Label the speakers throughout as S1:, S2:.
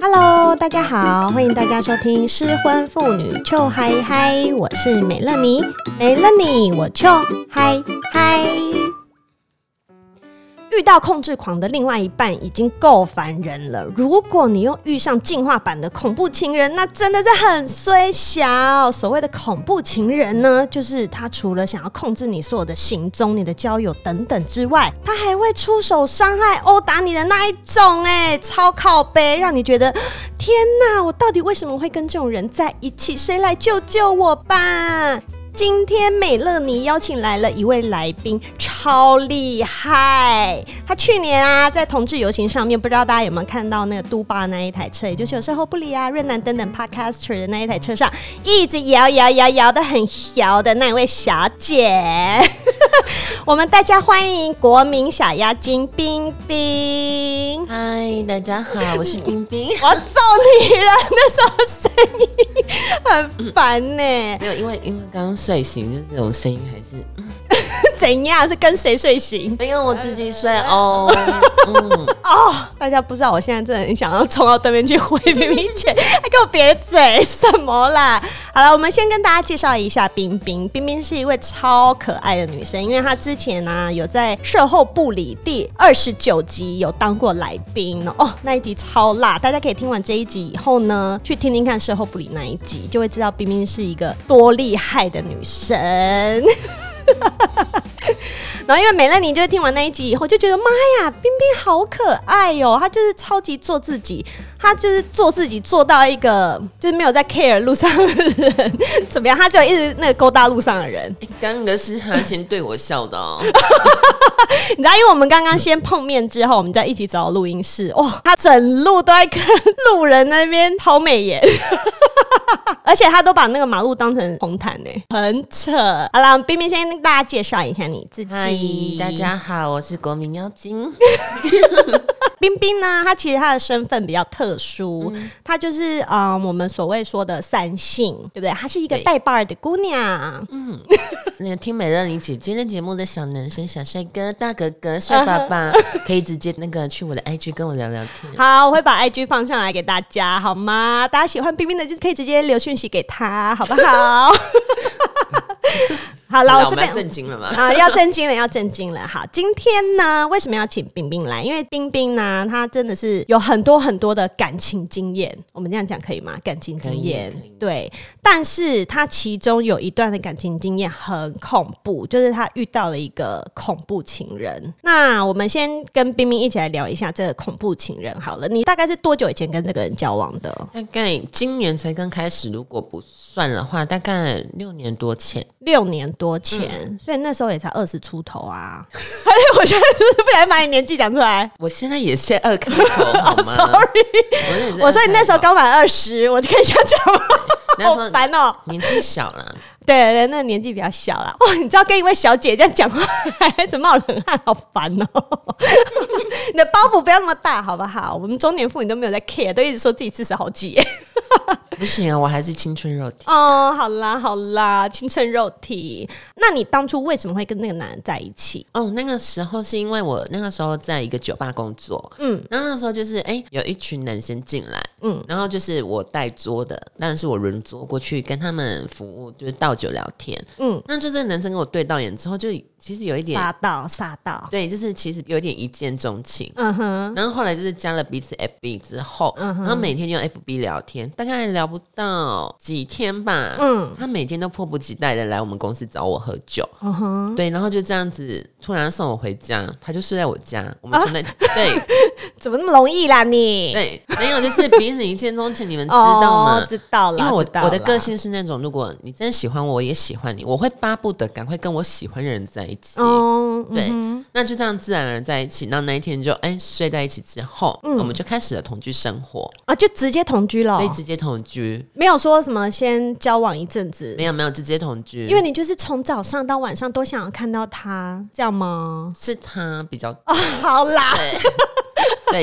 S1: Hello，大家好，欢迎大家收听《失婚妇女糗嗨嗨》，我是美乐妮，美乐妮，我糗嗨嗨。遇到控制狂的另外一半已经够烦人了，如果你又遇上进化版的恐怖情人，那真的是很衰小。所谓的恐怖情人呢，就是他除了想要控制你所有的行踪、你的交友等等之外，他还会出手伤害、殴打你的那一种、哎，超靠背，让你觉得天哪，我到底为什么会跟这种人在一起？谁来救救我吧！今天美乐妮邀请来了一位来宾，超厉害。他去年啊，在同志游行上面，不知道大家有没有看到那个都巴那一台车，也就是有售后不理啊、润南等等 podcaster 的那一台车上，一直摇摇摇摇的很摇的那位小姐。我们大家欢迎国民小妖精冰冰。
S2: 嗨，大家好，我是冰冰。
S1: 我要揍你了！那时候声音很烦呢、
S2: 没有，因为因为刚刚睡醒，就是这种声音还是，嗯
S1: 怎样？是跟谁睡醒？
S2: 因为我自己睡哦。嗯，
S1: 哦，大家不知道，我现在真的很想要冲到对面去挥 冰冰拳，还给我瘪嘴什么啦？好了，我们先跟大家介绍一下冰冰。冰冰是一位超可爱的女生，因为她之前呢、有在售后部里第二十九集有当过来宾哦哦，那一集超辣，大家可以听完这一集以后呢，去听听看售后部里那一集，就会知道冰冰是一个多厉害的女生。然后因为美乐妮就是听完那一集以后就觉得妈呀，冰冰好可爱哟、她就是超级做自己，她就是做自己做到一个就是没有在 care 路上的人怎么样，她就一直那个勾搭路上的人。
S2: 刚刚的是他先对我笑的哦。
S1: 你知道，因为我们刚刚先碰面之后，我们再一起走到录音室，哇，她整路都在跟路人那边抛媚眼。 而且她都把那个马路当成红毯呢、很扯。好啦，冰冰先跟大家介绍一下你自
S2: 嗨
S1: 己。，
S2: 大家好，我是国民妖 精。
S1: 冰冰呢，她其实她的身份比较特殊，她就是嗯、呃我们所谓说的三性，对不对？她是一个
S2: 对
S1: 带把儿的姑娘，
S2: 那个听美乐妮姐姐的节目的小男生、小帅哥、大哥哥、帅爸 爸，可以直接那个去我的 IG 跟我聊聊天。
S1: 好，我会把 IG 放上来给大家，好吗？大家喜欢冰冰的，就可以直接留讯息给她，好不好？ 好了，
S2: 好
S1: 我
S2: 啦
S1: 这
S2: 我们要
S1: 边
S2: 正经了 嘛？
S1: 啊，要震惊了，要震惊了。好，今天呢，为什么要请冰冰来？因为冰冰呢，她真的是有很多很多的感情经验。我们这样讲可以吗？感情经验
S2: 可以可以，
S1: 对。但是她其中有一段的感情经验很恐怖，就是她遇到了一个恐怖情人。那我们先跟冰冰一起来聊一下这个恐怖情人好了。你大概是多久以前跟这个人交往的？
S2: 大概今年才刚开始，如果不算的话，大概六年多前。
S1: 六年多前，
S2: 嗯
S1: 所以那时候也才二十出头啊。 哎，我现在是不是不小心把你年纪讲出来？
S2: 我现在也是二开头，好 吗
S1: sorry
S2: 我
S1: 我说你那时候刚满二十，我就可以这样讲吗？
S2: 那时
S1: 好
S2: 候
S1: 烦哦、
S2: 年纪小啦，
S1: 对对，那年纪比较小 啦。哦，你知道跟一位小姐这样讲话，还怎么冒冷汗，好烦哦、 你的包袱不要那么大，好不好？我们中年妇女都没有在 care，都一直说自己四十好几 耶。
S2: 不行啊，我还是青春肉体。
S1: 哦，好啦好啦，青春肉体。那你当初为什么会跟那个男人在一起？
S2: 哦，那个时候是因为我那个时候在一个酒吧工作，
S1: 嗯
S2: 嗯，然后那时候就是哎、有一群男生进来，
S1: 嗯
S2: 嗯，然后就是我带桌的，当然是我轮桌过去跟他们服务，就是倒酒聊天，
S1: 嗯
S2: 嗯，那就这男生跟我对到眼之后，就其实有一点，
S1: 撒到撒到，
S2: 对，就是其实有点一见钟情，
S1: 嗯哼，
S2: 然后后来就是加了彼此 FB 之后，然后每天用 FB 聊天，大概聊不到几天吧。
S1: 嗯
S2: 他每天都迫不及待的来我们公司找我喝酒，
S1: 嗯哼，
S2: 对，然后就这样子突然送我回家，他就睡在我家，我们睡在、对
S1: 怎么那么容易啦你？
S2: 对，没有就是彼此一见钟情，你们知道吗？
S1: 哦知道了，
S2: 因为我
S1: 知道
S2: 我的
S1: 啦
S2: 个性是那种，如果你真的喜欢我，我也喜欢你，我会巴不得赶快跟我喜欢的人在一起。
S1: 哦，嗯
S2: 对
S1: 哼
S2: 那就这样自然而然在一起，那那一天就哎、睡在一起之后，我们就开始了同居生活。
S1: 啊，就直接同居了嗯哦、
S2: 可以直接同居，
S1: 没有说什么先交往一阵子
S2: 没，有没有直接同居，
S1: 因为你就是从早上到晚上都想要看到他，这样 吗？
S2: 是他比较
S1: 啊、好啦，
S2: 对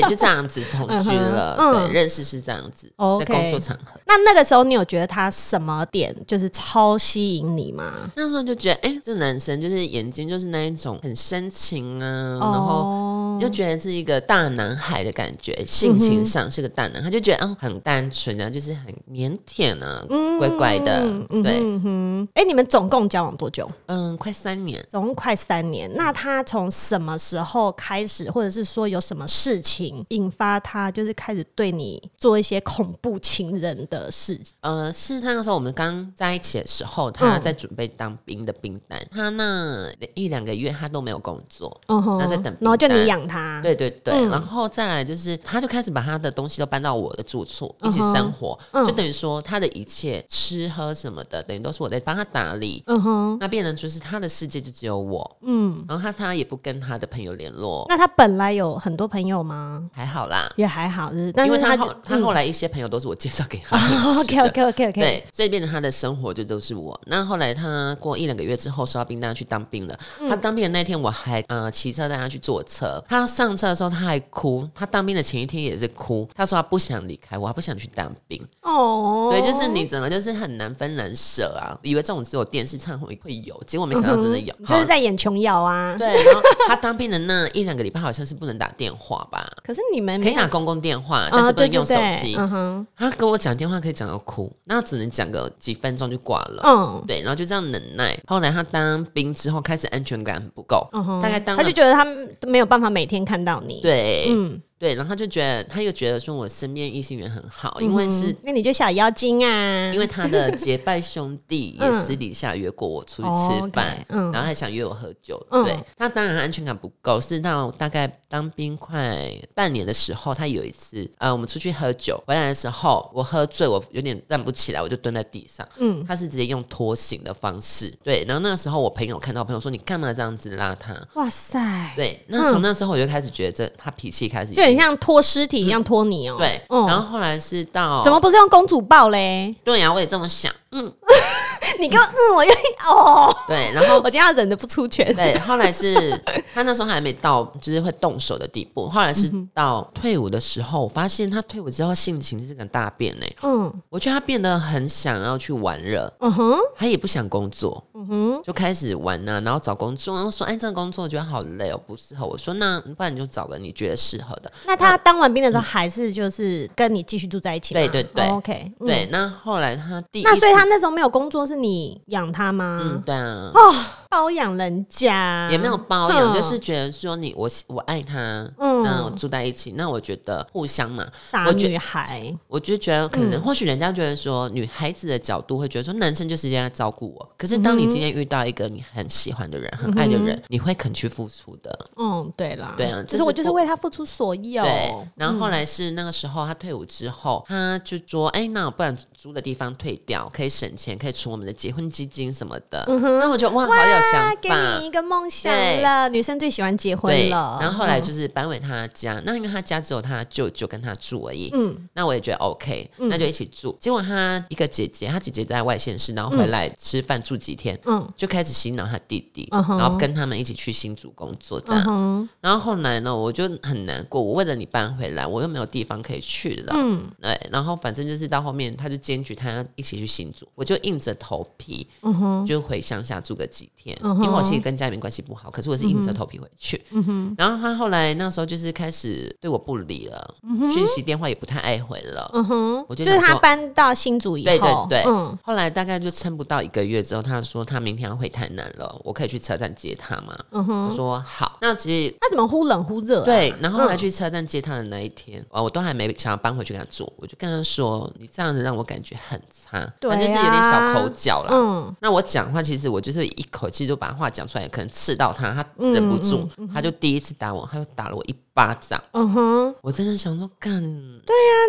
S2: 对，就这样子同居了，
S1: 嗯哼嗯
S2: 对，认识是这样子，
S1: OK
S2: 在工作场合。
S1: 那那个时候你有觉得他什么点就是超吸引你吗？
S2: 那时候就觉得，哎、这男生就是眼睛就是那一种很深情啊，然后
S1: 哦，
S2: 又觉得是一个大男孩的感觉，性
S1: 嗯
S2: 情上是个大男孩，就觉得嗯很单纯啊，就是很腼腆啊，乖乖的，对，
S1: 嗯哼，哎、你们总共交往多久？
S2: 嗯，快三年，
S1: 总共快三年。那他从什么时候开始，或者是说有什么事情引发他，就是开始对你做一些恐怖情人的事？
S2: 呃，是他那时候我们刚在一起的时候，他
S1: 嗯
S2: 在准备当兵的兵单，他那一两个月他都没有工作，
S1: 嗯哼
S2: 那在等
S1: 然后就
S2: 名单
S1: 你养他，
S2: 对对对，
S1: 嗯
S2: 然后再来就是，他就开始把他的东西都搬到我的住处，一起
S1: 嗯哼
S2: 生活，
S1: 嗯
S2: 就等于说他的一切吃喝什么的，等于都是我在帮他打理。
S1: 嗯哼，
S2: 那变成就是他的世界就只有我，
S1: 嗯。
S2: 然后他他也不跟他的朋友联络，
S1: 那他本来有很多朋友吗？
S2: 还好啦，
S1: 也还好，是但
S2: 因
S1: 是
S2: 为他
S1: 就
S2: 后他后来一些朋友都是我介绍给他认识的。
S1: 嗯 OK OK OK OK，
S2: 对，所以变成他的生活就都是我。那后来他过一两个月之后收到兵单去当兵了。
S1: 嗯
S2: 他当兵的那天，我还呃骑车带他去坐车。他上车的时候他还哭，他当兵的前一天也是哭。他说他不想离开我，他不想去当兵。
S1: 哦，
S2: 对，就是你整个就是很难分难舍啊，以为这种只有电视上会会有，结果没想到真的有。
S1: 嗯哼
S2: 好
S1: 就是在演琼瑶啊。
S2: 对，然后他当兵的那一两个礼拜好像是不能打电话吧，
S1: 可是你们
S2: 可
S1: 嗯没
S2: 以
S1: 有
S2: 打公共电话，但
S1: 啊，
S2: 是不
S1: 对
S2: 能
S1: 对
S2: 用手
S1: 对，
S2: 机。
S1: 嗯哼，
S2: 他跟我讲电话可以讲到哭，那只能讲个几分钟就挂了。
S1: 嗯
S2: 对，然后就这样忍耐。后来他当兵之后，开始安全感很不够，
S1: 嗯哼，
S2: 大概当
S1: 他
S2: 了
S1: 就觉得他没有办法每天看到你，，
S2: 对、
S1: 嗯，
S2: 对，然后他就觉得他又觉得说我身边异性缘很好，因
S1: 嗯因
S2: 为是、
S1: 那你就小妖精啊，
S2: 因为他的结拜兄 弟也
S1: 嗯
S2: 私底下约过我出去
S1: 哦
S2: 吃
S1: ，OK，
S2: 饭，
S1: 嗯
S2: 然后还想约我喝酒。
S1: 嗯
S2: 对他当然安全感不够，是到大概当兵快半年的时候，他有一次呃我们出去喝酒回来的时候，我喝醉，我有点站不起来，我就蹲在地上。
S1: 嗯
S2: 他是直接用拖行的方式，对。然后那个时候我朋友看到，朋友说你干嘛这样子拉他？
S1: 哇塞，
S2: 对，那从那时候我就开始觉得这他脾气开始
S1: 就很嗯像拖尸体一样拖你哦，
S2: 对，
S1: 嗯
S2: 然后后来是到
S1: 怎么不是用公主抱嘞？
S2: 对啊呀、我也这么想，嗯，
S1: 你给我嗯，我又哦，
S2: 对，然后
S1: 我今天要忍着不出拳，
S2: 对，后来是他那时候还没到就是会动手的地步，后来
S1: 嗯
S2: 是到退伍的时候，我发现他退伍之后性情是个大变嘞、
S1: 嗯
S2: 我觉得他变得很想要去玩了，
S1: 嗯哼
S2: 他也不想工作，
S1: 嗯哼，
S2: 就开始玩呐、然后找工作，然后说：“哎，这个工作我觉得好累哦，不适合。”我说：“那不然你就找个你觉得适合的。
S1: 那他当完兵的时候还是就是跟你继续住在一起吗，
S2: 对对对
S1: 哦，OK，嗯
S2: 对，那后来他第一
S1: 那所以
S2: 次
S1: 他那时候没有工作，是你养他吗？
S2: 嗯，对啊，
S1: 包养人家
S2: 也没有包养，
S1: 嗯
S2: 就是觉得说你我我爱他，
S1: 嗯
S2: 那我住在一起，那我觉得互相嘛，
S1: 傻
S2: 我觉
S1: 女孩，
S2: 我就觉得可
S1: 嗯
S2: 能、或许人家觉得说女孩子的角度会觉得说男生就是应该照顾我，可是
S1: 嗯
S2: 当你今天遇到一个你很喜欢的人、很爱的人，你会肯去付出的。
S1: 嗯，对啦，
S2: 对啊
S1: 就
S2: 这
S1: 是
S2: 是
S1: 我就是
S2: 不
S1: 为他付出所有，
S2: 对，然
S1: 嗯
S2: 后后来是那个时候他退伍之后，他就说：“哎，那我不然租的地方退掉，可以省钱，可以存我们的结婚基金什么的。那我觉得哇，好有
S1: 啊
S2: 想
S1: 嗯给你
S2: 法。
S1: 一个梦想
S2: 对
S1: 了，女生最喜欢结婚
S2: 对，
S1: 了，嗯
S2: 然后后来就是搬回他家，那因为他家只有他舅舅跟他住而已，
S1: 嗯，
S2: 那我也觉得 OK，那就一起住。结果他一个姐姐，他姐姐在外县市，然后回来吃饭住几天，
S1: 嗯
S2: 就开始洗脑他弟弟，
S1: 嗯哼
S2: 然后跟他们一起去新竹工作这样
S1: 嗯。哼，
S2: 然后后来呢，我就很难过，我为了你搬回来，我又没有地方可以去了。
S1: 嗯
S2: 对，然后反正就是到后面，他就坚决他要一起去新竹，我就硬着头皮
S1: 嗯哼，
S2: 就回乡下住个几天，
S1: 嗯
S2: 因
S1: 哼
S2: 为我其实跟家里面关系不好，可是我是硬着头皮回去。
S1: 嗯哼，
S2: 然后他后来那时候就是开始对我不理了，讯、息电话也不太爱回了。
S1: 嗯哼，
S2: 我
S1: 就
S2: 就是想
S1: 他
S2: 说
S1: 搬到新竹以
S2: 对对
S1: 后，
S2: 对
S1: 嗯
S2: 后来大概就撑不到一个月之后，他说他明天要回台南了，我可以去车站接他吗？
S1: 嗯
S2: 我
S1: 哼，
S2: 说好。那其实
S1: 他怎么忽冷忽热啊？
S2: 对，然后后来去车站接他的那一天，哦，我都还没想要搬回去跟他住，我就跟他说：“你这样子让我感觉很差，
S1: 对
S2: 反正就是有点小口角啦。
S1: 嗯，
S2: 那我讲话，其实我就是一口气就把话讲出来，可能刺到他，他
S1: 嗯
S2: 忍不住，他就第一次打我，他就打了我一巴掌。
S1: 嗯哼，
S2: 我真的想说干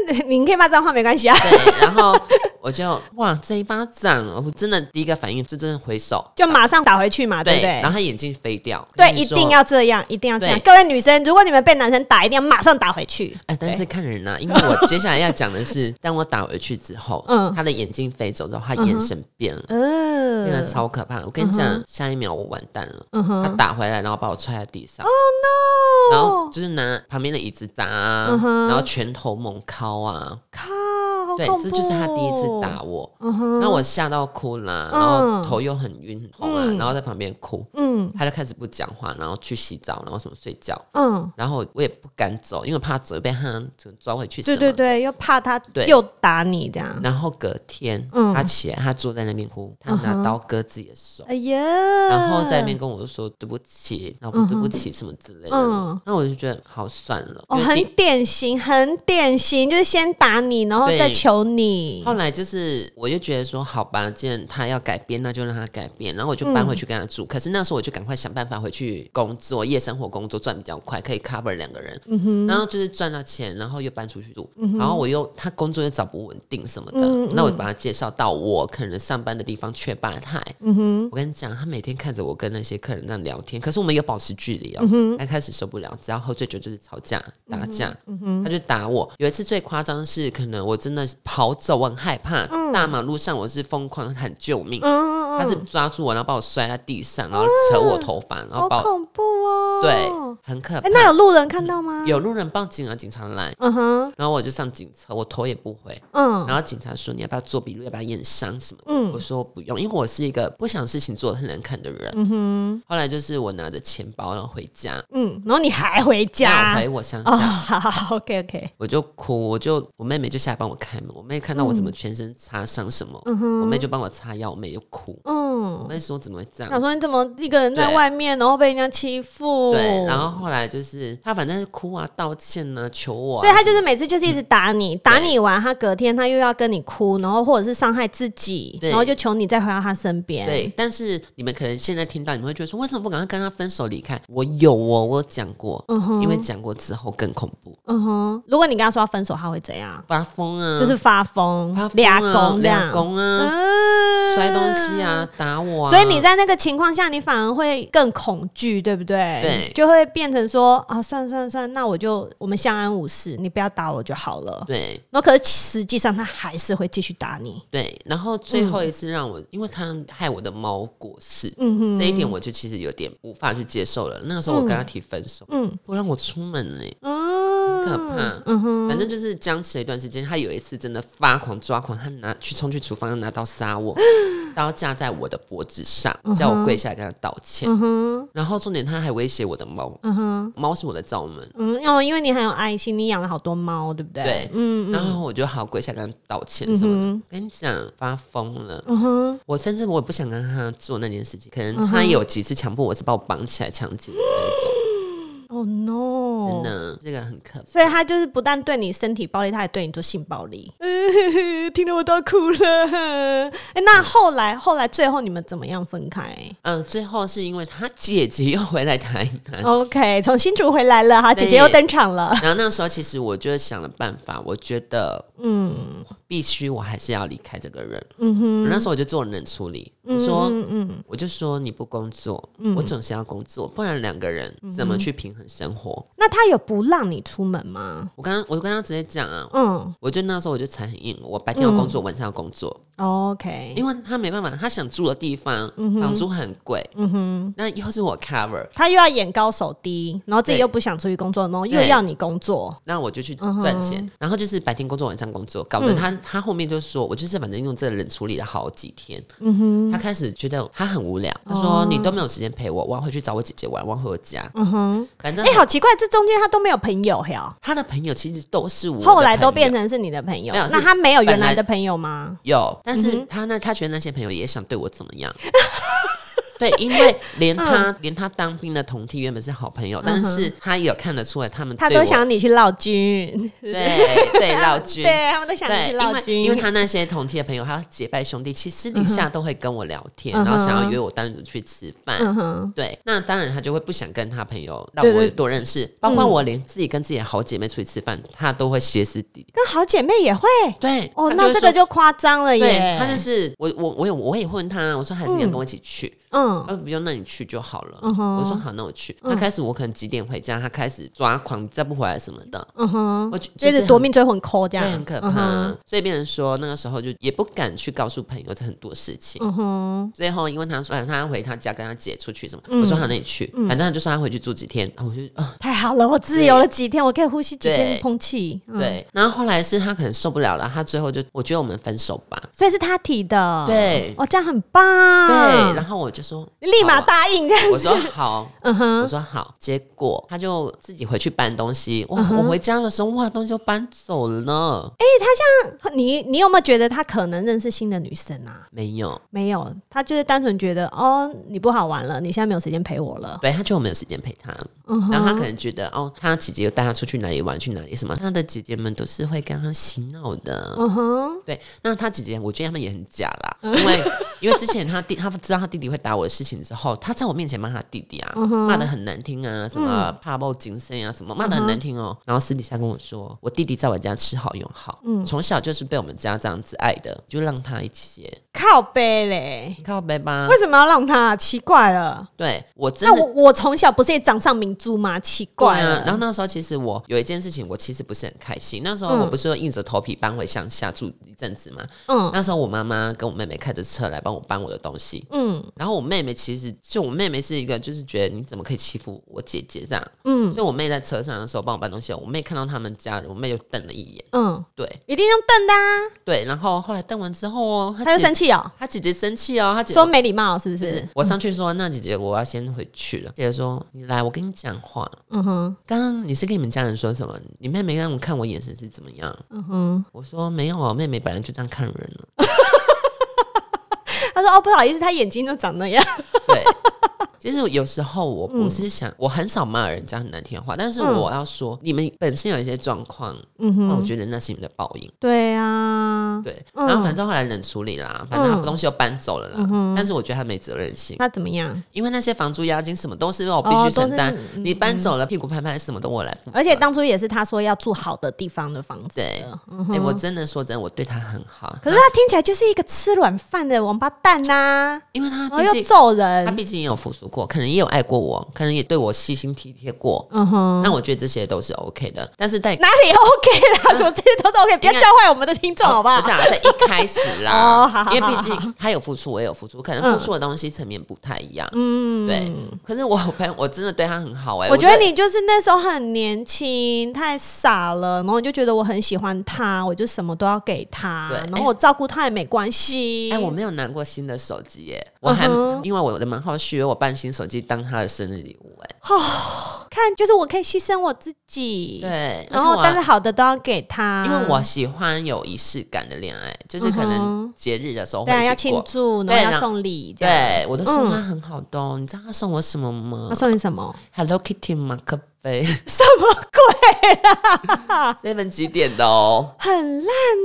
S1: 那你可以骂脏话没关系啊，
S2: 对，然后我就哇这一巴掌，我真的第一个反应是真的回手，
S1: 就马上打回去啊嘛，对不对
S2: 然？后他眼镜飞掉，
S1: 对，
S2: 可是
S1: 一
S2: 你说
S1: 定。啊要这样，一定要这样。
S2: 对
S1: 各位女生，如果你们被男生打，一定要马上打回去。
S2: 哎，但
S1: 对
S2: 是看人呐、因为我接下来要讲 的是，当我打回去之后，
S1: 嗯
S2: 他的眼镜飞走之后，他眼神变了，嗯变得
S1: 呃，
S2: 超可怕。我跟你讲，下一秒我完蛋了。
S1: 嗯
S2: 他
S1: 哼哦
S2: 打回来，然后把我踹在地上，
S1: Oh ，no，
S2: 然后就是拿旁边的椅子砸啊、
S1: 嗯哼
S2: 然后拳头猛敲啊，
S1: 靠，好
S2: 对
S1: 恐，怖！哦
S2: 这就是他第一次打，我。
S1: 嗯哼，
S2: 那我吓到哭啦，然
S1: 嗯
S2: 后头又很晕红啊，
S1: 嗯
S2: 然后在旁边哭，
S1: 嗯
S2: 他就开始不讲话，然后去洗澡，然后什么睡觉，
S1: 嗯，
S2: 然后我也不敢走，因为怕走被他抓回去什
S1: 对对
S2: 么。
S1: 对，又怕他
S2: 对
S1: 又打你这样，
S2: 然后隔天，
S1: 嗯
S2: 他起来，他坐在那边哭，他拿刀割自己的手，
S1: 哎呀，
S2: 然后在那边跟我说对不起，老
S1: 嗯
S2: 婆
S1: 嗯哼
S2: 对不起什么之类的。
S1: 嗯
S2: 那我就觉得好算了。
S1: 哦，
S2: 因为
S1: 很
S2: 第
S1: 典型，很典型，就是先打你，然后
S2: 对
S1: 再求你。
S2: 后来就是，我就觉得说，好吧，既然他要改变，那就让他改变。然后我就
S1: 嗯
S2: 搬回去跟他住。可是那时候我就赶快想办法回去工作，夜生活工作赚比较快，可以 cover 两个人。
S1: 嗯
S2: 然后就是赚到钱，然后又搬出去住。然后我又他工作又找不稳定什么的，
S1: 嗯嗯
S2: 那我把他介绍到我可能上班的地方雀吧台。
S1: 嗯哼，
S2: 我跟你讲，他每天看着我跟那些客人那样聊天，可是我们有保持距离
S1: 嗯
S2: 哦。他开始受不了，只要喝醉酒就是吵架、打架，
S1: 嗯
S2: 他就打我。有一次最夸张的是，可能我真的跑走，我很害怕，大马路上我是疯狂喊救命，
S1: 嗯嗯，嗯嗯
S2: 他是抓住我，然后把我摔在地上，然后扯我头发，然后把
S1: 嗯好
S2: 我
S1: 恐怖哦。
S2: 对，很可怕
S1: 哎，。那有路人看到吗？，
S2: 有路人报警啊，警察来，
S1: 嗯哼，
S2: 然后我就上警车，我头也不回。
S1: 嗯
S2: 然后警察说你要不要做笔录，要不要验伤什么的？我
S1: 嗯
S2: 说不用，因为我是一个不想事情做的很难看的人。
S1: 嗯哼，
S2: 后来就是我拿着钱包然后回家，
S1: 嗯，然后你还回
S2: 那
S1: 家
S2: 我回我乡
S1: 哦，
S2: 下，
S1: 好 好好，OK OK，
S2: 我就哭，我就我妹妹就下来帮我开门，我妹看到我怎
S1: 嗯
S2: 么全身擦伤什么，我妹就帮我擦药，我妹就哭，我
S1: 嗯，
S2: 妹说怎么会这
S1: 想
S2: 样？
S1: 说你怎么一个人在
S2: 对
S1: 外面，然后被人家欺负？
S2: 对，然后后来就是她反正是哭啊、道歉啊、求我、啊，嗯
S1: 所以他就是每次就是一直打你，打你完，他隔天他又要跟你哭，然后或者是伤害自己，
S2: 对
S1: 然后就求你再回到他身边。
S2: 对，但是你们可能现在听到，你们会觉得说为什么不赶快跟他分手离开？我有哦，我有讲过，
S1: 嗯哼
S2: 因为讲过之后更恐怖，
S1: 嗯哼，如果你跟他说要分手，他会怎样？
S2: 发疯啊，
S1: 就是发疯
S2: 发、疯
S1: 俩
S2: 啊，
S1: 拱、
S2: 俩，公啊，
S1: 嗯
S2: 摔东西。啊，打我、啊，
S1: 所以你在那个情况下，你反而会更恐惧，对不对？
S2: 对
S1: 就会变成说啊，算了算了算了，那我就我们相安无事，你不要打我就好了。
S2: 对。
S1: 然后可是实际上他还是会继续打你。
S2: 对，然后最后一次让我，因为他害我的猫过世，
S1: 嗯哼，
S2: 这一点我就其实有点无法去接受了。那个时候我跟他提分手，
S1: 嗯
S2: 不让我出门呢、
S1: 嗯，
S2: 可怕
S1: 嗯哼，
S2: 反正就是僵持了一段时间。他有一次真的发狂抓狂，他拿去冲去厨房，又拿刀 杀我，刀架在我的脖子上，叫我跪下来跟他道歉。
S1: 嗯哼，
S2: 然后重点他还威胁我的猫，
S1: 嗯哼，
S2: 猫是我的罩门，
S1: 嗯，哦，因为你很有爱心，你养了好多猫，对不对？
S2: 对
S1: 嗯
S2: 然
S1: 嗯
S2: 后我就好跪下跟他道歉什么的。跟你讲，发疯了。
S1: 嗯哼，
S2: 我甚至我也不想跟他做那件事情，可能他有几次强迫我是把我绑起来强奸的那
S1: 哦 no，
S2: 种，真。的，这个很可怕。
S1: 所以他就是不但对你身体暴力，他也对你做性暴力。 听得我都哭了。哎、那后来后来最后你们怎么样分 开
S2: 嗯，最后是因为他姐姐又回来台 南，
S1: ？OK，从新竹回来了，哈，姐姐又登场了。
S2: 然后那时候其实我就想了办法，我觉得
S1: 嗯
S2: 必须我还是要离开这个人。
S1: 嗯哼，
S2: 那时候我就做冷处理，我
S1: 嗯
S2: 说。
S1: 嗯嗯
S2: 我就说你不工作，我总是要工作，不然两个人
S1: 嗯
S2: 怎么去平衡生活？
S1: 那他有不让你出门吗？
S2: 我刚刚我就跟他直接讲啊，
S1: 嗯
S2: 我就那时候我就才很硬，我白天要工作，晚上要工作，
S1: ，OK，
S2: 因为他没办法，他想住的地方房租很贵，
S1: 嗯哼。
S2: 那又是我 cover，
S1: 他又要眼高手低，然后自己
S2: 对
S1: 又不想出去工作，然后又
S2: 对
S1: 要你工作，
S2: 那我就去
S1: 嗯
S2: 赚钱，然后就是白天工作，晚上工作，搞得他、他后面就说，我就是反正用这个人处理了好几天，
S1: 嗯
S2: 他开始觉得他很无聊，他说、
S1: 哦
S2: 你都没有时间陪我，我要回去找我姐姐玩，我要回我家，
S1: 嗯哼，
S2: 反正
S1: 哎、好奇怪，这中间他都没有朋友嘿哦，
S2: 他的朋友其实都是我的朋友，
S1: 后来都变成是你的朋友，
S2: 没有
S1: 那
S2: 是
S1: 他没有原
S2: 本
S1: 来
S2: 来
S1: 的朋友吗？
S2: 有，但
S1: 嗯
S2: 是他那他觉得那些朋友也想对我怎么 样。对，因为连
S1: 嗯
S2: 他、连他当兵的同梯原本是好朋友，但是他有看得出来他们
S1: 他
S2: 对
S1: 都
S2: 我
S1: 想你去闹军，
S2: 对对 老君
S1: 对他们都想你
S2: 对，
S1: 去
S2: 因
S1: 闹
S2: 为
S1: 军，
S2: 因为他那些同梯的朋友，他结拜兄弟，其实私底下都会跟我聊天，
S1: 嗯嗯哼
S2: 然后想要约我单独去吃饭。
S1: 嗯哼，
S2: 对，那当然他就会不想跟他朋友让
S1: 对嗯对
S2: 我多认识，包括我连自己跟自己的好姐妹出去吃饭，他都会歇斯底里。
S1: 跟好姐妹也会
S2: 对，
S1: 哦，
S2: 他
S1: 那
S2: 会
S1: 这
S2: 说
S1: 个就夸张了
S2: 对
S1: 耶，
S2: 他就是我我我有我也问他，我说还是你要跟我一起去，
S1: 嗯嗯
S2: 他不就那你去就好了。
S1: 嗯哼嗯
S2: 我说好，那我去。他开始我可能几点回家，他开始抓狂，再不回来什么的。
S1: 嗯哼，
S2: 我就
S1: 就
S2: 就是是
S1: 夺命追魂扣这
S2: 对，
S1: 样，
S2: 很可
S1: 嗯
S2: 怕
S1: 哼。。
S2: 所以变成说那个时候就也不敢去告诉朋友这很多事情。
S1: 嗯哼，
S2: 最后，因为他说，呃他回他家跟他姐出去什么，
S1: 嗯
S2: 我说好，那你去，
S1: 嗯
S2: 反正他就说他回去住几天，啊我就啊，
S1: 太好了，我自由了几天，我可以呼吸几天
S2: 对
S1: 空气。嗯，
S2: 对。然后后来是他可能受不了了，他最后就我觉得我们分手吧，
S1: 所以是他提的，，
S2: 对
S1: 哦，这样很棒，
S2: 对。然，后我就说，
S1: 立马
S2: 好啊
S1: 答应这样
S2: 我说好，
S1: 嗯
S2: 我
S1: 哼，
S2: 说好，结果他就自己回去搬东西。哇，
S1: 嗯哼
S2: 我回家的时候，哇，东西都搬走了呢。
S1: 你你有没有觉得他可能认识新的女生啊？
S2: 没有，
S1: 没有，他就是单纯觉得哦，你不好玩了，你现在没有时间陪我了。
S2: 对他觉得我没有时间陪他，
S1: 嗯哼，
S2: 然后他可能觉得哦，他姐姐又带他出去哪里玩，去哪里什么，他的姐姐们都是会跟他洗脑的。
S1: 嗯哼，
S2: 对，那他姐姐，我觉得他们也很假啦，
S1: 嗯
S2: 因为因为之前他弟，他知道他弟弟会打我的事情之后，他在我面前骂他弟弟啊，
S1: 嗯哼嗯
S2: 骂的很难听啊，什么怕爆精神啊，什么骂的很难听哦。然后私底下跟我说，我弟弟在我家吃好用好，
S1: 嗯
S2: 从小就是被我们家这样子爱的，就让他一起
S1: 靠背嘞，
S2: 靠背吧
S1: 为。什么要让他？奇怪了。
S2: 对我真
S1: 那
S2: 的
S1: 我我从小不是也掌上明珠吗？奇怪
S2: 对
S1: 了。
S2: 啊。然后那时候其实我有一件事情，我其实不是很开心。那时候
S1: 嗯
S2: 我不是硬着头皮搬回乡下住一阵子嘛，
S1: 嗯
S2: 那时候我妈妈跟我妹妹开着车来帮我搬我的东西。
S1: 嗯
S2: 然后我妹妹其实就我妹妹是一个，就是觉得你怎么可以欺负我姐姐这样。
S1: 嗯
S2: 所以我妹在车上的时候帮我搬东西，我妹看到他们家人，我妹就瞪了一眼。
S1: 嗯，
S2: 对
S1: 一定用瞪的啊！
S2: 对，然后后来瞪完之后哦，她
S1: 他就
S2: 姐
S1: 生气哦，
S2: 她姐姐生气哦，她姐
S1: 说没礼貌是不
S2: 就是是？我上去说，那姐姐我要先回去了。姐姐说，你来，我跟你讲话。
S1: 嗯哼
S2: 刚刚你是跟你们家人说什么？你妹妹让我看我眼神是怎么样？
S1: 嗯哼，
S2: 我说没有哦，妹妹本来就这样看人啊了。
S1: 他说哦不好意思，他眼睛都长那样。
S2: 对， 其实有时候我
S1: 嗯
S2: 不是想，我很少骂人家很难听的话，但是我要说，你们本身有一些状况，
S1: 嗯
S2: 那我
S1: 哼，
S2: 觉得那是你们的报应。
S1: 对啊，
S2: 对，
S1: 嗯
S2: 然后反正后来冷处理啦，反正他
S1: 嗯
S2: 东西又搬走了啦。
S1: 嗯哼
S2: 但是我觉得他没责任心，
S1: 他怎么样？
S2: 因为那些房租、押金什么都是我必
S1: 哦
S2: 须承担
S1: 都是。嗯
S2: 你搬走了，屁股拍拍，什么都我来负责。
S1: 而且当初也是他说要住好的地方的房子
S2: 对，
S1: 的。嗯
S2: 哎、我真的说真的，我对他很好，
S1: 可是他听起来就是一个吃软饭的王八蛋呐、
S2: 因为他
S1: 然后
S2: 毕
S1: 哦又
S2: 竟
S1: 揍
S2: 他
S1: 人。
S2: 毕竟也有付出过，可能也有爱过我，可能也对我细心体贴过。
S1: 嗯哼，
S2: 那我觉得这些都是 OK 的，但是在
S1: 哪里 OK 啦？什么这些都是 OK，不要
S2: 应该
S1: 教坏我们的听众好不好？
S2: 不是啊，在一开始啦，
S1: 哦好好
S2: 因为
S1: 好
S2: 毕竟他有付出，我也有付出，可能付出的东西层面不太一样。
S1: 嗯，
S2: 对，可是我朋友我真的对他很好哎、
S1: 我觉得
S2: 真的
S1: 你就是那时候很年轻，太傻了，然后你就觉得我很喜欢他，我就什么都要给他，
S2: 对
S1: 然后我照顾他也没关系。
S2: 哎、我没有拿过新的手机耶、我还、
S1: 嗯哼
S2: 因为我的蛮好虚，我办新手机当他的生日礼物哎、
S1: 看，就是我可以牺牲我自己，，
S2: 对，而
S1: 然
S2: 且
S1: 后
S2: 我啊
S1: 但是啊好的都要给他，
S2: 因为我喜欢有仪式感的恋爱，就是可
S1: 嗯
S2: 能节日的时候
S1: 对啊
S2: 会
S1: 要
S2: 一起
S1: 庆
S2: 过。
S1: 祝，然
S2: 对
S1: 后
S2: 然
S1: 要
S2: 后
S1: 送礼，这样。
S2: 对，我都送他很好的、哦
S1: 嗯
S2: 你知道他送我什么吗
S1: 他送你什么？
S2: ？Hello Kitty 马克 杯
S1: 什么鬼？
S2: ，seven 几点的哦？
S1: 很烂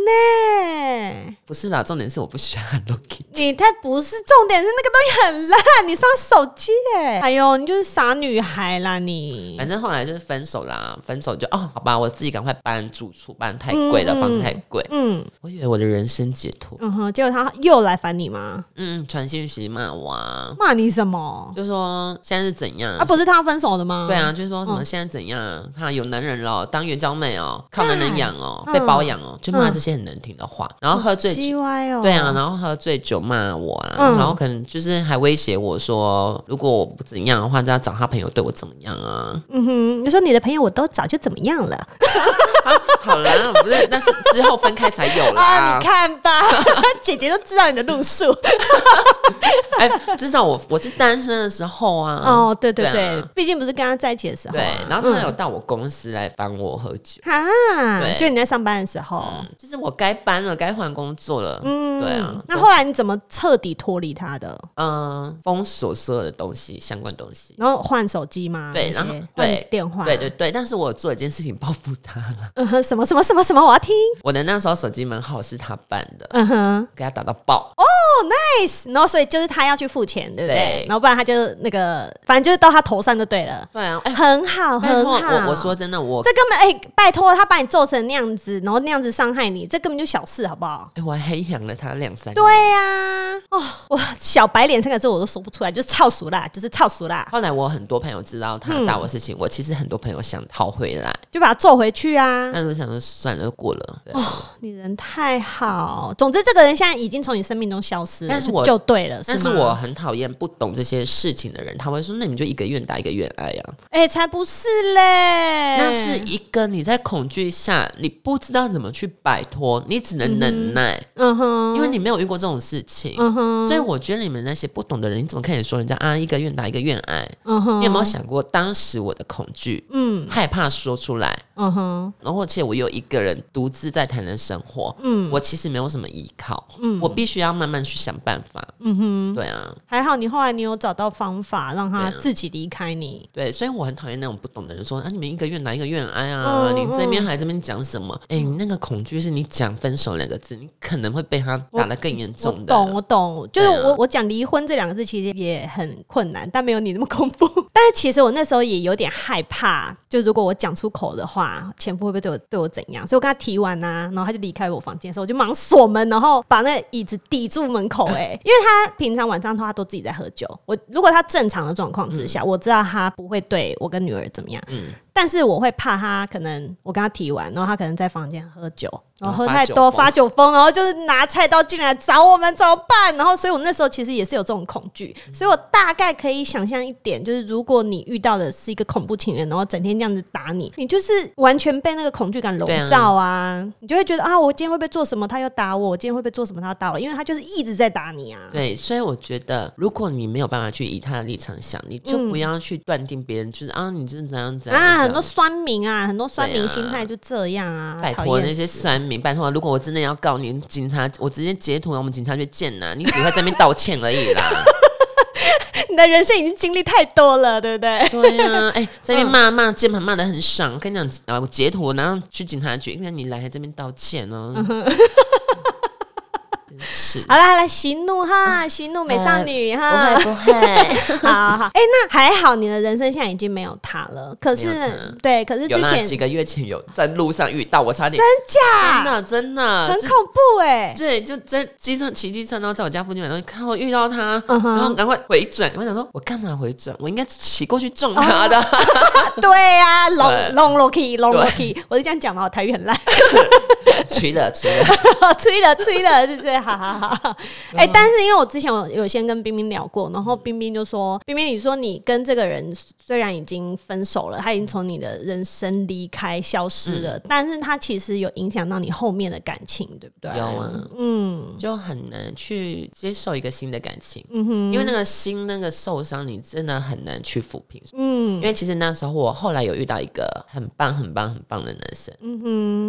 S1: 呢、
S2: 不是啦，重点是我不喜欢 Hello Kitty。
S1: 你太不是重点，是那个东西很烂，你上手机耶、哎呦，你就是傻女孩啦你。
S2: 反正后来就是分手啦，分手就哦，好吧，我自己赶快搬住处，搬太贵了，
S1: 嗯
S2: 房子太贵。
S1: 嗯
S2: 我以为我的人生解脱，
S1: 嗯哼，结果他又来烦你吗？
S2: 嗯，传信息骂我、啊，
S1: 骂你什么？
S2: 就说现在是怎样
S1: 啊，不是他要分手的吗？
S2: 嗯对，啊，就是说什么
S1: 嗯
S2: 现在怎样啊，哈、有男人了，当援交妹哦，靠男人养哦，
S1: 嗯
S2: 被包养哦，就骂这些很难听的话，然后喝醉酒。
S1: 叽歪哦。
S2: 对啊，，然后喝醉酒骂我啦，
S1: 嗯
S2: 然后可能就是还威胁我说，如果我不怎样的话，就要找他朋友对我怎么样啊？
S1: 嗯哼，你说你的朋友我都早就怎么样了
S2: 好啦，不是，那是之后分开才有 啦。
S1: 啊？你看 吧，姐姐都知道你的路数。
S2: 哎，至少我我是单身的时候啊。
S1: 哦，对对
S2: 对
S1: 对
S2: 啊，
S1: 毕竟不是跟他在一起的时候
S2: 对
S1: 啊。，
S2: 然后他有到我公司来帮我喝酒，
S1: 啊，
S2: 对
S1: 就你在上班的时候。
S2: 就是我该搬了，该换工作了。
S1: 嗯，
S2: 对啊
S1: 那后来你怎么彻底脱离他的？
S2: 嗯、封锁所有的东西，相关东西。
S1: 然后换手机吗？
S2: 对
S1: 那些
S2: 然后
S1: 换
S2: 对
S1: 电话，
S2: 对对对，但是我有做一件事情报复他了。
S1: 嗯哼，什么什么什么什么，我要听。
S2: 我的那时候手机蛮好，是他办的，
S1: 嗯哼
S2: 给他打到爆。
S1: 哦，nice。然后所以就是他要去付钱，对不对
S2: 对？
S1: 然后不然他就那个，反正就是到他头上就对了。
S2: 对啊，哎、
S1: 很好，啊
S2: 拜
S1: 很
S2: 托
S1: 好。
S2: 我我说真的，我
S1: 这根本哎、拜托他把你揍成那样子，然后那样子伤害你，这根本就小事，好不好？
S2: 哎、我还养了它两三年。
S1: 对呀、哦，我小白脸三个字我都说不出来，就是操熟啦，就是操熟啦，
S2: 后来我很多朋友知道他
S1: 嗯
S2: 打我事情，我其实很多朋友想逃回来，
S1: 就把它揍回去啊！
S2: 但是我想说算了，就过了。对
S1: 你人太好，总之这个人现在已经从你生命中消失了，
S2: 但是
S1: 就
S2: 我
S1: 就对了。
S2: 但是
S1: 吗
S2: 我很讨厌不懂这些事情的人，他会说：“那你就一个愿打一个愿挨啊。
S1: 哎、才不是嘞，
S2: 那是一个你在恐惧下，你不知道怎么去摆脱，你只能忍耐，
S1: 嗯哼，
S2: 因为你没有遇过这种事情。
S1: 嗯哼，
S2: 所以我觉得你们那些不懂的人，你怎么可以说人家啊一个愿打一个愿挨？
S1: 嗯哼，
S2: 你有没有想过当时我的恐惧、
S1: 嗯
S2: 害怕说出来？
S1: 嗯哼，
S2: 然后，而且我又一个人独自在台南生活，
S1: 嗯
S2: 我其实没有什么依靠，我必须要慢慢去想办法。
S1: 嗯哼，
S2: 对啊，
S1: 还好你后来你有找到方法让他
S2: 对啊
S1: 自己离开你。
S2: 对，所以我很讨厌那种不懂的人说啊，你们一个愿打一个愿挨啊，
S1: 嗯
S2: 你这边还这边讲什么？哎、你那个恐惧是你讲分手两个字，你可能会被他打得更严
S1: 我
S2: 重的。
S1: 懂，我懂，就是
S2: 对啊
S1: 我、我讲离婚这两个字其实也很困难，但没有你那么恐怖。 但是其实我那时候也有点害怕，就如果我讲出口的话，前夫会不会对我对我怎样？所以我跟他提完啊，然后他就离开我房间的时候，我就忙锁门，然后把那椅子抵住门口、 哎，因为他平常晚上的话都自己在喝酒，我如果他正常的状况之下，我知道他不会对我跟女儿怎么样，
S2: 嗯
S1: 但是我会怕他，可能我跟他提完，然后他可能在房间喝酒，然后喝
S2: 发
S1: 太
S2: 酒
S1: 多
S2: 疯
S1: 发酒疯，然后就是拿菜刀进来找我们怎么办？然后，所以我那时候其实也是有这种恐惧，所以我大概可以想象一点，就是如果你遇到的是一个恐怖情人，然后整天这样子打你，你就是完全被那个恐惧感笼罩啊，你就会觉得啊，我今天会不会做什么，他要打我；我今天会不会做什么，他要打我，因为他就是一直在打你啊。
S2: 对，所以我觉得，如果你没有办法去以他的立场想，你就不要去断定别人，就是、啊，你就是怎样怎
S1: 嗯
S2: 样。
S1: 啊，
S2: 怎
S1: 很
S2: 样
S1: 多酸民啊，很多酸
S2: 对
S1: 民
S2: 啊
S1: 心态就这样啊，
S2: 拜
S1: 讨
S2: 托
S1: 厌
S2: 那些
S1: 死
S2: 酸民，拜托，如果我真的要告你，警察我直接截图，我们警察去见呐、你只会在那边道歉而已啦。
S1: 你的人生已经经历太多了，对不 对？
S2: 对啊，哎、在那边骂骂键盘骂的很爽，跟你讲啊，我截图，然后去警察局，那你来这边道歉哦、真是。
S1: 好啦，好啦，息怒哈，息怒美少女
S2: 不
S1: 哈，
S2: 会不会，
S1: 好好好，哎、那还好，你的人生现在已经没有他了。可是
S2: 没有他，
S1: 对， 可是
S2: 有
S1: 之
S2: 那
S1: 前
S2: 几
S1: 真
S2: 个月前有在路上遇到，我差点真
S1: 假
S2: 的真的
S1: 很
S2: 就
S1: 恐怖哎、
S2: 对，就在机上骑机车，然后在我家附近买东西，看我遇到他，
S1: 嗯哼
S2: 然后赶快回转。我想说，我干嘛回转？我应该骑过去撞他
S1: 哦
S2: 的。
S1: 对啊，
S2: 对
S1: 龙龙 lucky 龙 lucky，我是这样讲嘛，我台语很烂，
S2: 吹了吹了，
S1: 吹了吹了，就是好好好。
S2: 嗯
S1: 哎、但是因为我之前有有先跟冰冰聊过，然后冰冰就说，冰冰你说你跟这个人虽然已经分手了，他已经从你的人生离开消失了，
S2: 嗯
S1: 但是他其实有影响到你后面的感情，对不对？
S2: 有啊，
S1: 嗯
S2: 就很难去接受一个新的感情。
S1: 嗯哼，
S2: 因为那个心那个受伤，你真的很难去抚平。
S1: 嗯
S2: 因为其实那时候我后来有遇到一个很棒、很棒、很棒的男生，
S1: 嗯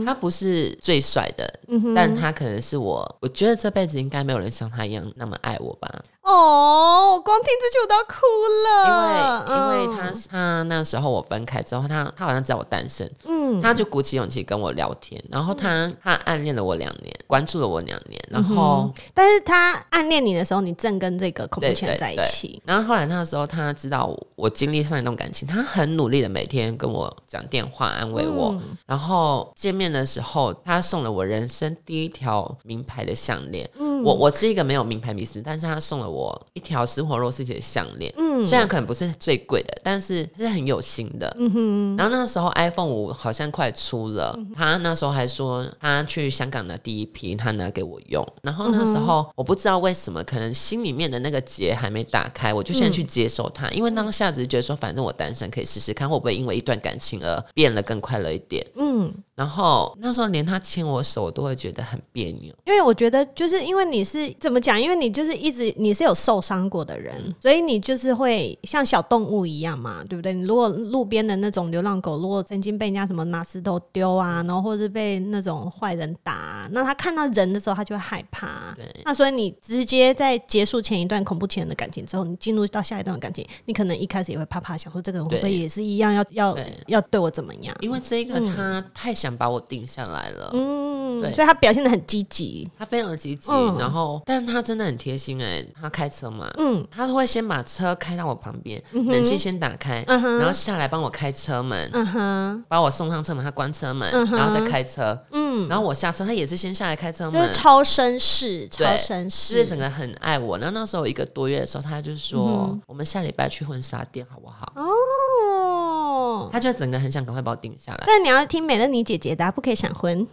S1: 哼，
S2: 他不是最帅的，
S1: 嗯哼，
S2: 但他可能是我，我觉得这辈子应该没有人像他一样那么爱我吧。
S1: 哦，我光听这句我都要哭嗯
S2: 因
S1: 了，
S2: 为因为他他那时候我分开之后，他他好像知道我单身，
S1: 嗯，嗯
S2: 他就鼓起勇气跟我聊天，然后他他暗恋了我两年，关注了我两年，
S1: 嗯
S2: 然后
S1: 但是他暗恋你的时候，你正跟这个恐怖
S2: 对
S1: 情人在一起，
S2: 然后后来那时候他知道我我经历上一段感情，他很努力的每天跟我讲电话安慰我，然后见面的时候他送了我人生第一条名牌的项链。
S1: 嗯
S2: 我我是一个没有名牌迷思，但是他送了我一条石火肉丝姐的项链。
S1: 嗯
S2: 虽然可能不是最贵的，但是是很有心的。
S1: 嗯哼，嗯
S2: 然后那时候 iPhone 五好像快出了，他那时候还说他去香港拿第一批，他拿给我用。然
S1: 嗯
S2: 后那时候我不知道为什么，可能心里面的那个结还没打开，我
S1: 嗯
S2: 就现在去接受它，因为当下只是觉得说，反正我单身可以试试看，会不会因为一段感情而变得更快乐一点。
S1: 嗯，
S2: 然后那时候连他牵我手，我都会觉得很别扭。
S1: 因为我觉得就是因为你是怎么讲，因为你就是一直你是有受伤过的
S2: 嗯
S1: 人，所以你就是会像小动物一样嘛，对不对？你如果路边的那种流浪狗，如果曾经被人家什么拿石头丢
S2: 嗯
S1: 啊，然后或者是被那种坏人打啊、那他看到人的时候，他就会害怕、
S2: 对，
S1: 那所以你直接在结束前一段恐怖情人的感情之后，你进入到下一段感情，你可能一开始也会怕怕，想说这个人会不会
S2: 对
S1: 也是一样要要
S2: 对
S1: 要对我怎么样？
S2: 因为这个他太想把我定下来了。
S1: 嗯嗯，
S2: 对
S1: 所以他表现的很积极，
S2: 他非常积极，
S1: 嗯
S2: 然后，但他真的很贴心哎、他开车嘛，
S1: 嗯
S2: 他会先把车开到我旁边，
S1: 嗯哼
S2: 冷气先打开，
S1: 嗯哼
S2: 然后下来帮我开车门，
S1: 嗯哼，
S2: 把我送上车门，他关车门，
S1: 嗯哼
S2: 然后再开车，
S1: 嗯，
S2: 然后我下车，他也是先下来开车
S1: 就是
S2: 门，
S1: 超绅士，超
S2: 对
S1: 绅
S2: 就是
S1: 士，
S2: 整个很爱我。然后那时候一个多月的时候，他就说、
S1: 嗯
S2: 我们下礼拜去婚纱店好不好？
S1: 哦。
S2: 他就整个很想赶快把我定下来。
S1: 但你要听美乐妮姐姐的啊、不可以闪婚。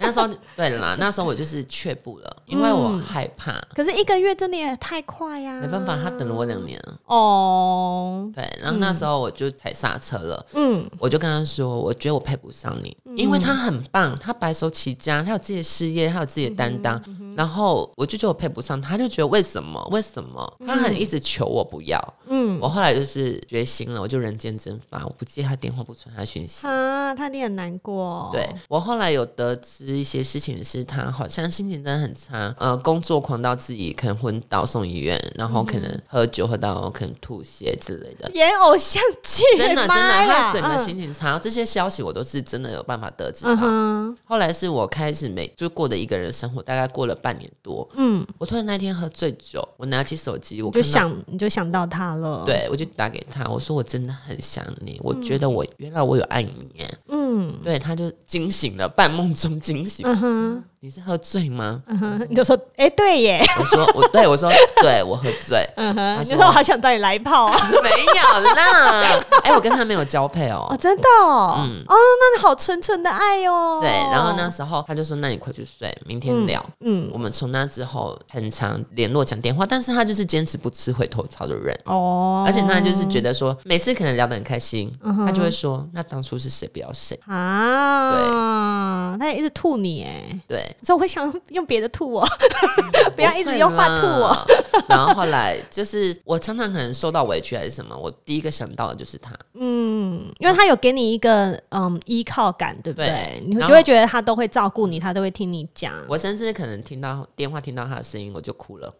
S2: 那时候对 啦，那时候我就是却步了，因为我害怕，
S1: 可是一个月真的也太快呀、
S2: 没办法，他等了我两年。
S1: 哦。
S2: 对，然后那时候我就踩刹车了。
S1: 嗯，
S2: 我就跟他说，我觉得我配不上你，因为他很棒，他白手起家，他有自己的事业，他有自己的担当。然后我就觉得我配不上，他就觉得为什么？为什么？他很一直求我不要。
S1: 嗯
S2: 嗯，我后来就是决心了，我就人间蒸发，我不接他电话，不传他讯息。
S1: 啊，他一定很难过。
S2: 对，我后来有得知一些事情，是他好像心情真的很差，呃，工作狂到自己可能昏倒送医院，然后可能喝酒喝到可能吐血之类的。
S1: 演偶像剧，
S2: 真的真的，
S1: 妈哎呀嗯
S2: 他整个心情差，这些消息我都是真的有办法得知
S1: 嗯嗯
S2: 到。
S1: 哼，
S2: 后来是我开始每就过的一个人生活，大概过了半年多，
S1: 嗯，
S2: 我突然那天喝醉酒，我拿起手机，我
S1: 你就
S2: 看到。
S1: 想你就想到他了。，
S2: 对，我就打给他，我说我真的很想你，我觉得我原来我有爱你耶。
S1: 嗯
S2: 对，他就惊醒了，半梦中惊醒。
S1: 嗯哼
S2: 你是喝醉吗？
S1: 嗯哼，你就说，哎、对耶，
S2: 我说我 对我说对我喝醉，
S1: 嗯哼，
S2: 他
S1: 你
S2: 说
S1: 就说我好想找你来一炮啊。
S2: 没有啦。 哎、我跟他没有交配哦。
S1: 哦，真的哦，哦，那好纯纯的爱哦。
S2: 嗯对，然后那？时候他就说：“那你快去睡，明天聊。
S1: 嗯，
S2: 我们从那之后很常联络讲电话，但是他就是坚持不吃回头草的人，
S1: 哦，嗯
S2: 而且他就是觉得说每次可能聊得很开心，他就会说：“那当初是谁不要谁
S1: 啊，他也一直吐你哎。？”
S2: 对，
S1: 所以我会想用别的吐我，
S2: 嗯
S1: 不要一直用话吐我。
S2: 我。然后后来就是我常常可能受到委屈还是什么，我第一个想到的就是他。
S1: 嗯，因为他有给你一个嗯依靠感，对不对？
S2: 对
S1: 你
S2: 然
S1: 就
S2: 后
S1: 会觉得他都会照顾你，他都会听你讲。
S2: 我甚至可能听到电话听到他的声音，我就哭了。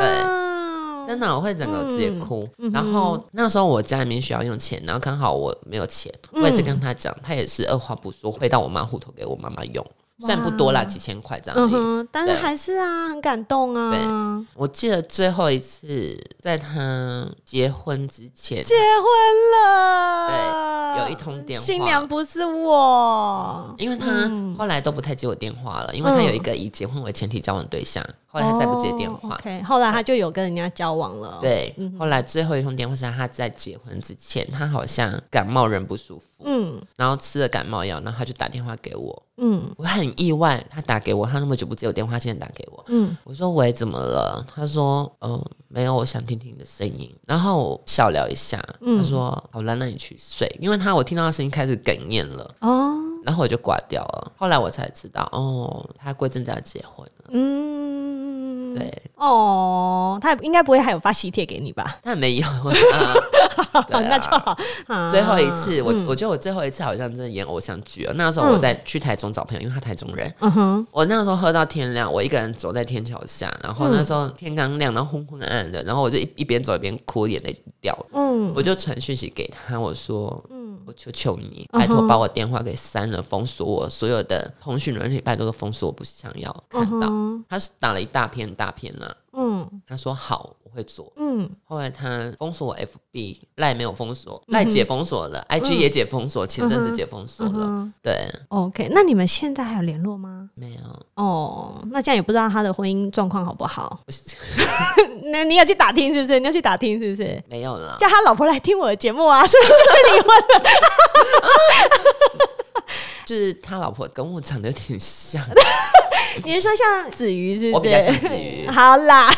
S1: 哈，
S2: 真的，我会整个直接哭。
S1: 嗯
S2: 然后那时候我家里面需要用钱，然后刚好我没有钱，
S1: 嗯
S2: 我也是跟他讲，他也是二话不说汇到我妈户头给我妈妈用，虽然不多啦，几千块这样
S1: 嗯
S2: 而已。
S1: 哼，但是
S2: 对
S1: 还是啊，很感动啊。
S2: 我记得最后一次在他结婚之前，
S1: 结婚了，
S2: 对有一通电话
S1: 新娘嗯不是我，
S2: 因为他后来都不太接我电话
S1: 嗯
S2: 了，因为他有一个以结婚为前提交往对象，后来他再不接电
S1: 哦嗯
S2: 话。
S1: OK，后来他就有跟人家交往了。，
S2: 对，后来最后一通电话是他在结婚之前，他好像感冒人不舒服，
S1: 嗯
S2: 然后吃了感冒药，然后他就打电话给我，
S1: 嗯
S2: 我很意外，他打给我，他那么久不接我电话，现在打给我，
S1: 嗯
S2: 我说喂，怎么了？他说，嗯、没有，我想听听你的声音。然后我小聊一下，
S1: 嗯
S2: 他说，好啦，那你去睡，因为他我听到他声音开始哽咽了，
S1: 哦
S2: 然后我就挂掉了。后来我才知道，哦，他贵正在结婚了，
S1: 嗯，
S2: 对，
S1: 哦，他也应该不会还有发喜帖给你吧？
S2: 但 没有。啊对
S1: 那
S2: 啊
S1: 就好。啊
S2: 最后一次，我、
S1: 嗯
S2: 我觉得我最后一次好像真的演偶像剧了。那时候我在去台中找朋友，因为他台中人，
S1: 嗯哼，
S2: 我那时候喝到天亮，我一个人走在天桥下，然后那时候天刚亮，然后昏昏暗暗的，然后我就一一边走一边哭，眼泪掉了。
S1: 嗯
S2: 我就传讯息给他，我说：“
S1: 嗯
S2: 我求求你，
S1: 嗯哼
S2: 拜托把我电话给删了，封锁我所有的通讯软体，拜托都封锁，我不想要看到。
S1: 嗯
S2: 他是打了一大片大片啦、
S1: 嗯
S2: 他说：“好，我会做。”
S1: 嗯，
S2: 后来他封锁我 FB，赖没有封锁，赖解封锁了、i g 也解封锁，前阵子解封锁
S1: 嗯
S2: 了。
S1: 哼
S2: 对，
S1: OK，那你们现在还有联络吗？
S2: 没有，
S1: 哦，那这样也不知道他的婚姻状况好不 好。那你要去打听是不是？你要去打听是不是？
S2: 没有了。
S1: 叫他老婆来听我的节目啊，所以就会离婚。
S2: 就是他老婆跟我长得有点像，
S1: 你是说像子瑜是不是？
S2: 我比较像子瑜
S1: 好啦，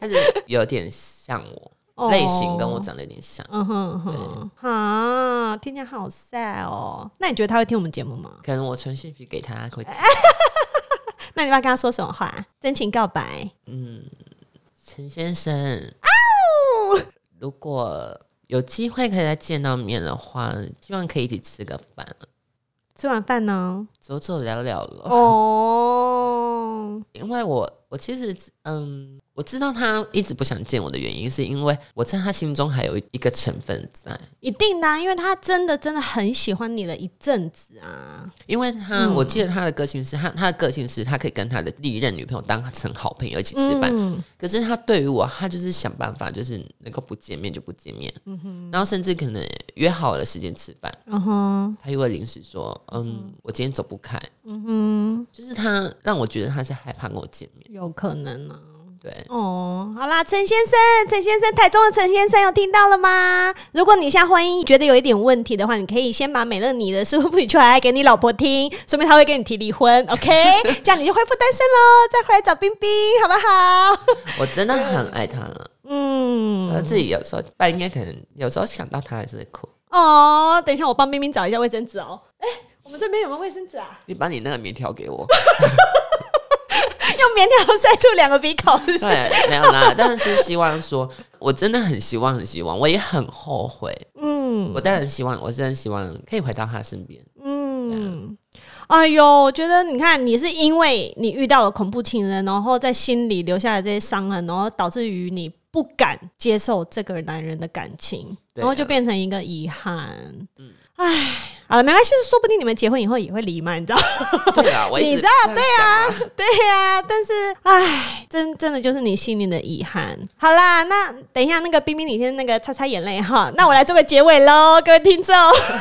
S2: 但是有点像我，
S1: 哦
S2: 类型跟我长得有点像。
S1: 嗯哼哼，啊，听起来好 sad 哦。那你觉得他会听我们节目吗？
S2: 可能我传讯息给他会，
S1: 那你要不要跟他说什么话？真情告白。
S2: 嗯，陈先生，如果有机会可以再见到面的话，希望可以一起吃个饭，
S1: 吃完饭呢？
S2: 哦走走聊聊了。
S1: 哦，
S2: 因为我我其实嗯，我知道他一直不想见我的原因，是因为我在他心中还有一个成分在，
S1: 一定的、啊，因为他真的真的很喜欢你了一阵子啊。
S2: 因为他、我记得他的个性是他他的个性是他可以跟他的历任女朋友当成好朋友一起吃饭，
S1: 嗯
S2: 可是他对于我，他就是想办法，就是能够不见面就不见面，然后甚至可能约好了时间吃饭，
S1: 嗯哼，
S2: 他又会临时说，嗯，我今天走不开，
S1: 嗯哼，
S2: 就是他让我觉得他是害怕跟我见面，
S1: 有可能啊。
S2: 对，
S1: 哦，好啦，陈先生，陈先生，台中的陈先生有听到了吗？如果你现在婚姻觉得有一点问题的话，你可以先把美乐你的师傅你出来给你老婆听，说明他会跟你提离婚，OK？这样你就恢复单身喽，再回来找冰冰，好不好？
S2: 我真的很爱他了，
S1: 嗯，
S2: 他自己有时候，爸应该可能有时候想到他还是会哭。
S1: 哦，等一下我帮冰冰找一下卫生纸哦。哎、我们这边有没有卫生纸啊？
S2: 你把你那个棉条给我，
S1: 用棉条塞住两个鼻孔，是不是？
S2: 对，没有啦。但是希望说，我真的很希望，很希望，我也很后悔。
S1: 嗯
S2: 我当然希望，我真的希望可以回到他 身边。
S1: 嗯。哎呦，我觉得你看，你是因为你遇到了恐怖情人，然后在心里留下了这些伤痕，然后导致于你不敢接受这个男人的感情，
S2: 对
S1: 然后就变成一个遗憾。嗯，哎，好了，没关系，说不定你们结婚以后也会离嘛，你知道吗？
S2: 对啦，我一
S1: 你知
S2: 直
S1: 道
S2: 这样想啊，
S1: 对呀、但是唉，真真的就是你心里的遗憾。好啦，那等一下那个冰冰，你先那个擦擦眼泪哈。那我来做个结尾喽，各位听众。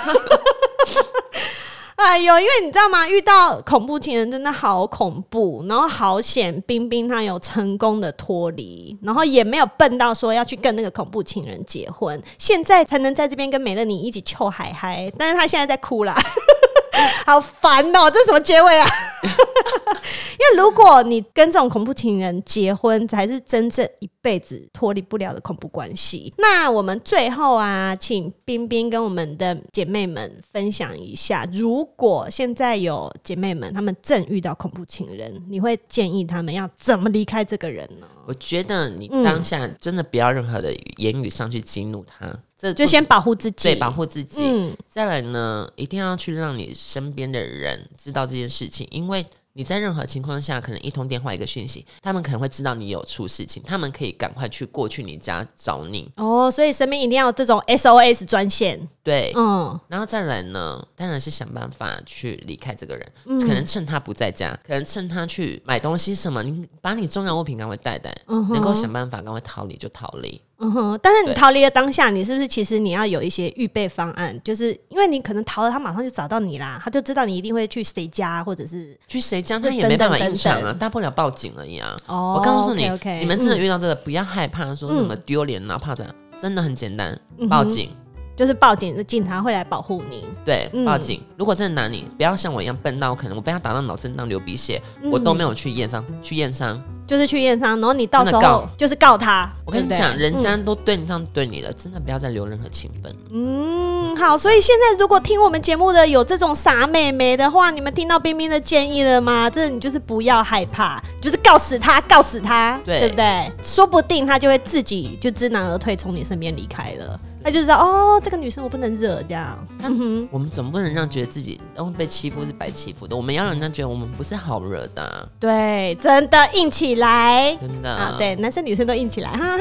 S1: 哎呦，因为你知道吗？遇到恐怖情人真的好恐怖，然后好险，冰冰她有成功的脱离，然后也没有笨到说要去跟那个恐怖情人结婚，现在才能在这边跟美乐你一起臭海嗨。但是她现在在哭啦， 好烦哦、这什么结尾啊？因为如果你跟这种恐怖情人结婚，才是真正一辈子脱离不了的恐怖关系。那我们最后啊，请冰冰跟我们的姐妹们分享一下，如果现在有姐妹们她们正遇到恐怖情人，你会建议她们要怎么离开这个人呢？
S2: 啊我觉得你
S1: 嗯
S2: 当下真的不要任何的言语上去激怒他，这
S1: 就先保护自己，
S2: 对保护自己。
S1: 嗯
S2: 再来呢，一定要去让你身边的人知道这件事情，因为你在任何情况下，可能一通电话一个讯息，他们可能会知道你有出事情，他们可以赶快去过去你家找你。
S1: 哦，所以身边一定要有这种 SOS 专线，
S2: 对，
S1: 嗯，
S2: 然后再来呢，当然是想办法去离开这个人，
S1: 嗯
S2: 可能趁他不在家，可能趁他去买东西什么，你把你重要物品赶快带带，
S1: 嗯哼
S2: 能够想办法赶快逃离就逃离。
S1: 嗯哼，但是你
S2: 对
S1: 逃离的当下，你是不是其实你要有一些预备方案？就是因为你可能逃了，他马上就找到你啦，他就知道你一定会去谁家，或者是
S2: 去谁家
S1: 就
S2: 他也没办法
S1: 等等
S2: 隐藏
S1: 等
S2: 啊，大不了报警而已啊。
S1: 哦嗯
S2: 我告诉你
S1: o k
S2: 嗯你们真的遇到这个，不要害怕说什么丢脸啊、怕这样，真的很简单，
S1: 嗯
S2: 报警。
S1: 就是报警，警察会来保护你。
S2: 对
S1: 嗯，
S2: 报警。如果真的拿你，不要像我一样笨到，可能我被他打到脑震荡、流鼻血，
S1: 嗯
S2: 我都没有去验伤，去验伤。
S1: 就是去验伤，然后你到时
S2: 真的
S1: 候
S2: 告
S1: 就是告他。
S2: 我跟你
S1: 对不对
S2: 讲，人家都对你这样对你了，真的不要再留任何情分。
S1: 嗯，好，所以现在如果听我们节目的有这种傻妹妹的话，你们听到冰冰的建议了吗？这你就是不要害怕，就是告死他，告死他，
S2: 对
S1: 不对？说不定他就会自己就知难而退，从你身边离开了。他就知道哦，这个女生我不能惹，这样。嗯哼，
S2: 我们总不能让觉得自己然后被欺负是白欺负的，我们要让人家觉得我们不是好惹的啊、
S1: 对，真的硬起来
S2: 真的。
S1: 啊！，对，男生女生都硬起来哈。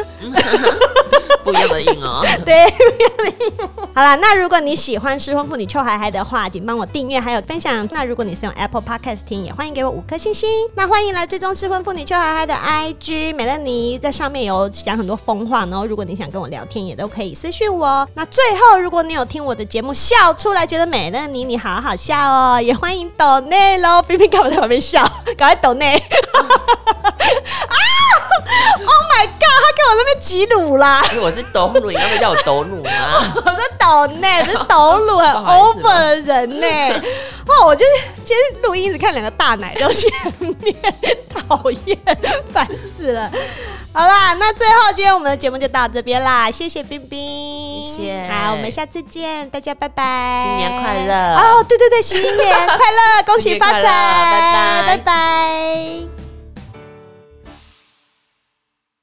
S2: 不一样的硬哦。
S1: 对，好啦，那如果你喜欢《失婚妇女臭嗨嗨》的话，请帮我订阅还有分享。那如果你是用 Apple Podcast 听，也欢迎给我五颗星星。那欢迎来追踪《失婚妇女臭嗨嗨》的 IG 美乐妮，在上面有讲很多疯话，然后如果你想跟我聊天，也都可以私讯我哦。那最后，如果你有听我的节目笑出来，觉得美乐妮你好好笑哦，也欢迎抖内喽。冰冰干嘛在旁边笑？赶快抖内！Oh my god！他给我那边挤乳啦。
S2: 因为我是抖乳，你刚才叫我抖乳吗？
S1: 我是抖呢，是抖乳很
S2: 不好意思
S1: over 的人呢。 哦，我就是今天录音一直看两个大奶在我前面，讨厌，烦死了。好啦，那最后今天我们的节目就到这边啦，谢谢冰冰，
S2: 谢谢
S1: 好，我们下次见，大家拜拜，
S2: 新年快乐
S1: 哦，对对对，新年快乐，恭
S2: 新
S1: 喜
S2: 年
S1: 发财，
S2: 快乐
S1: 拜
S2: 拜拜
S1: 拜。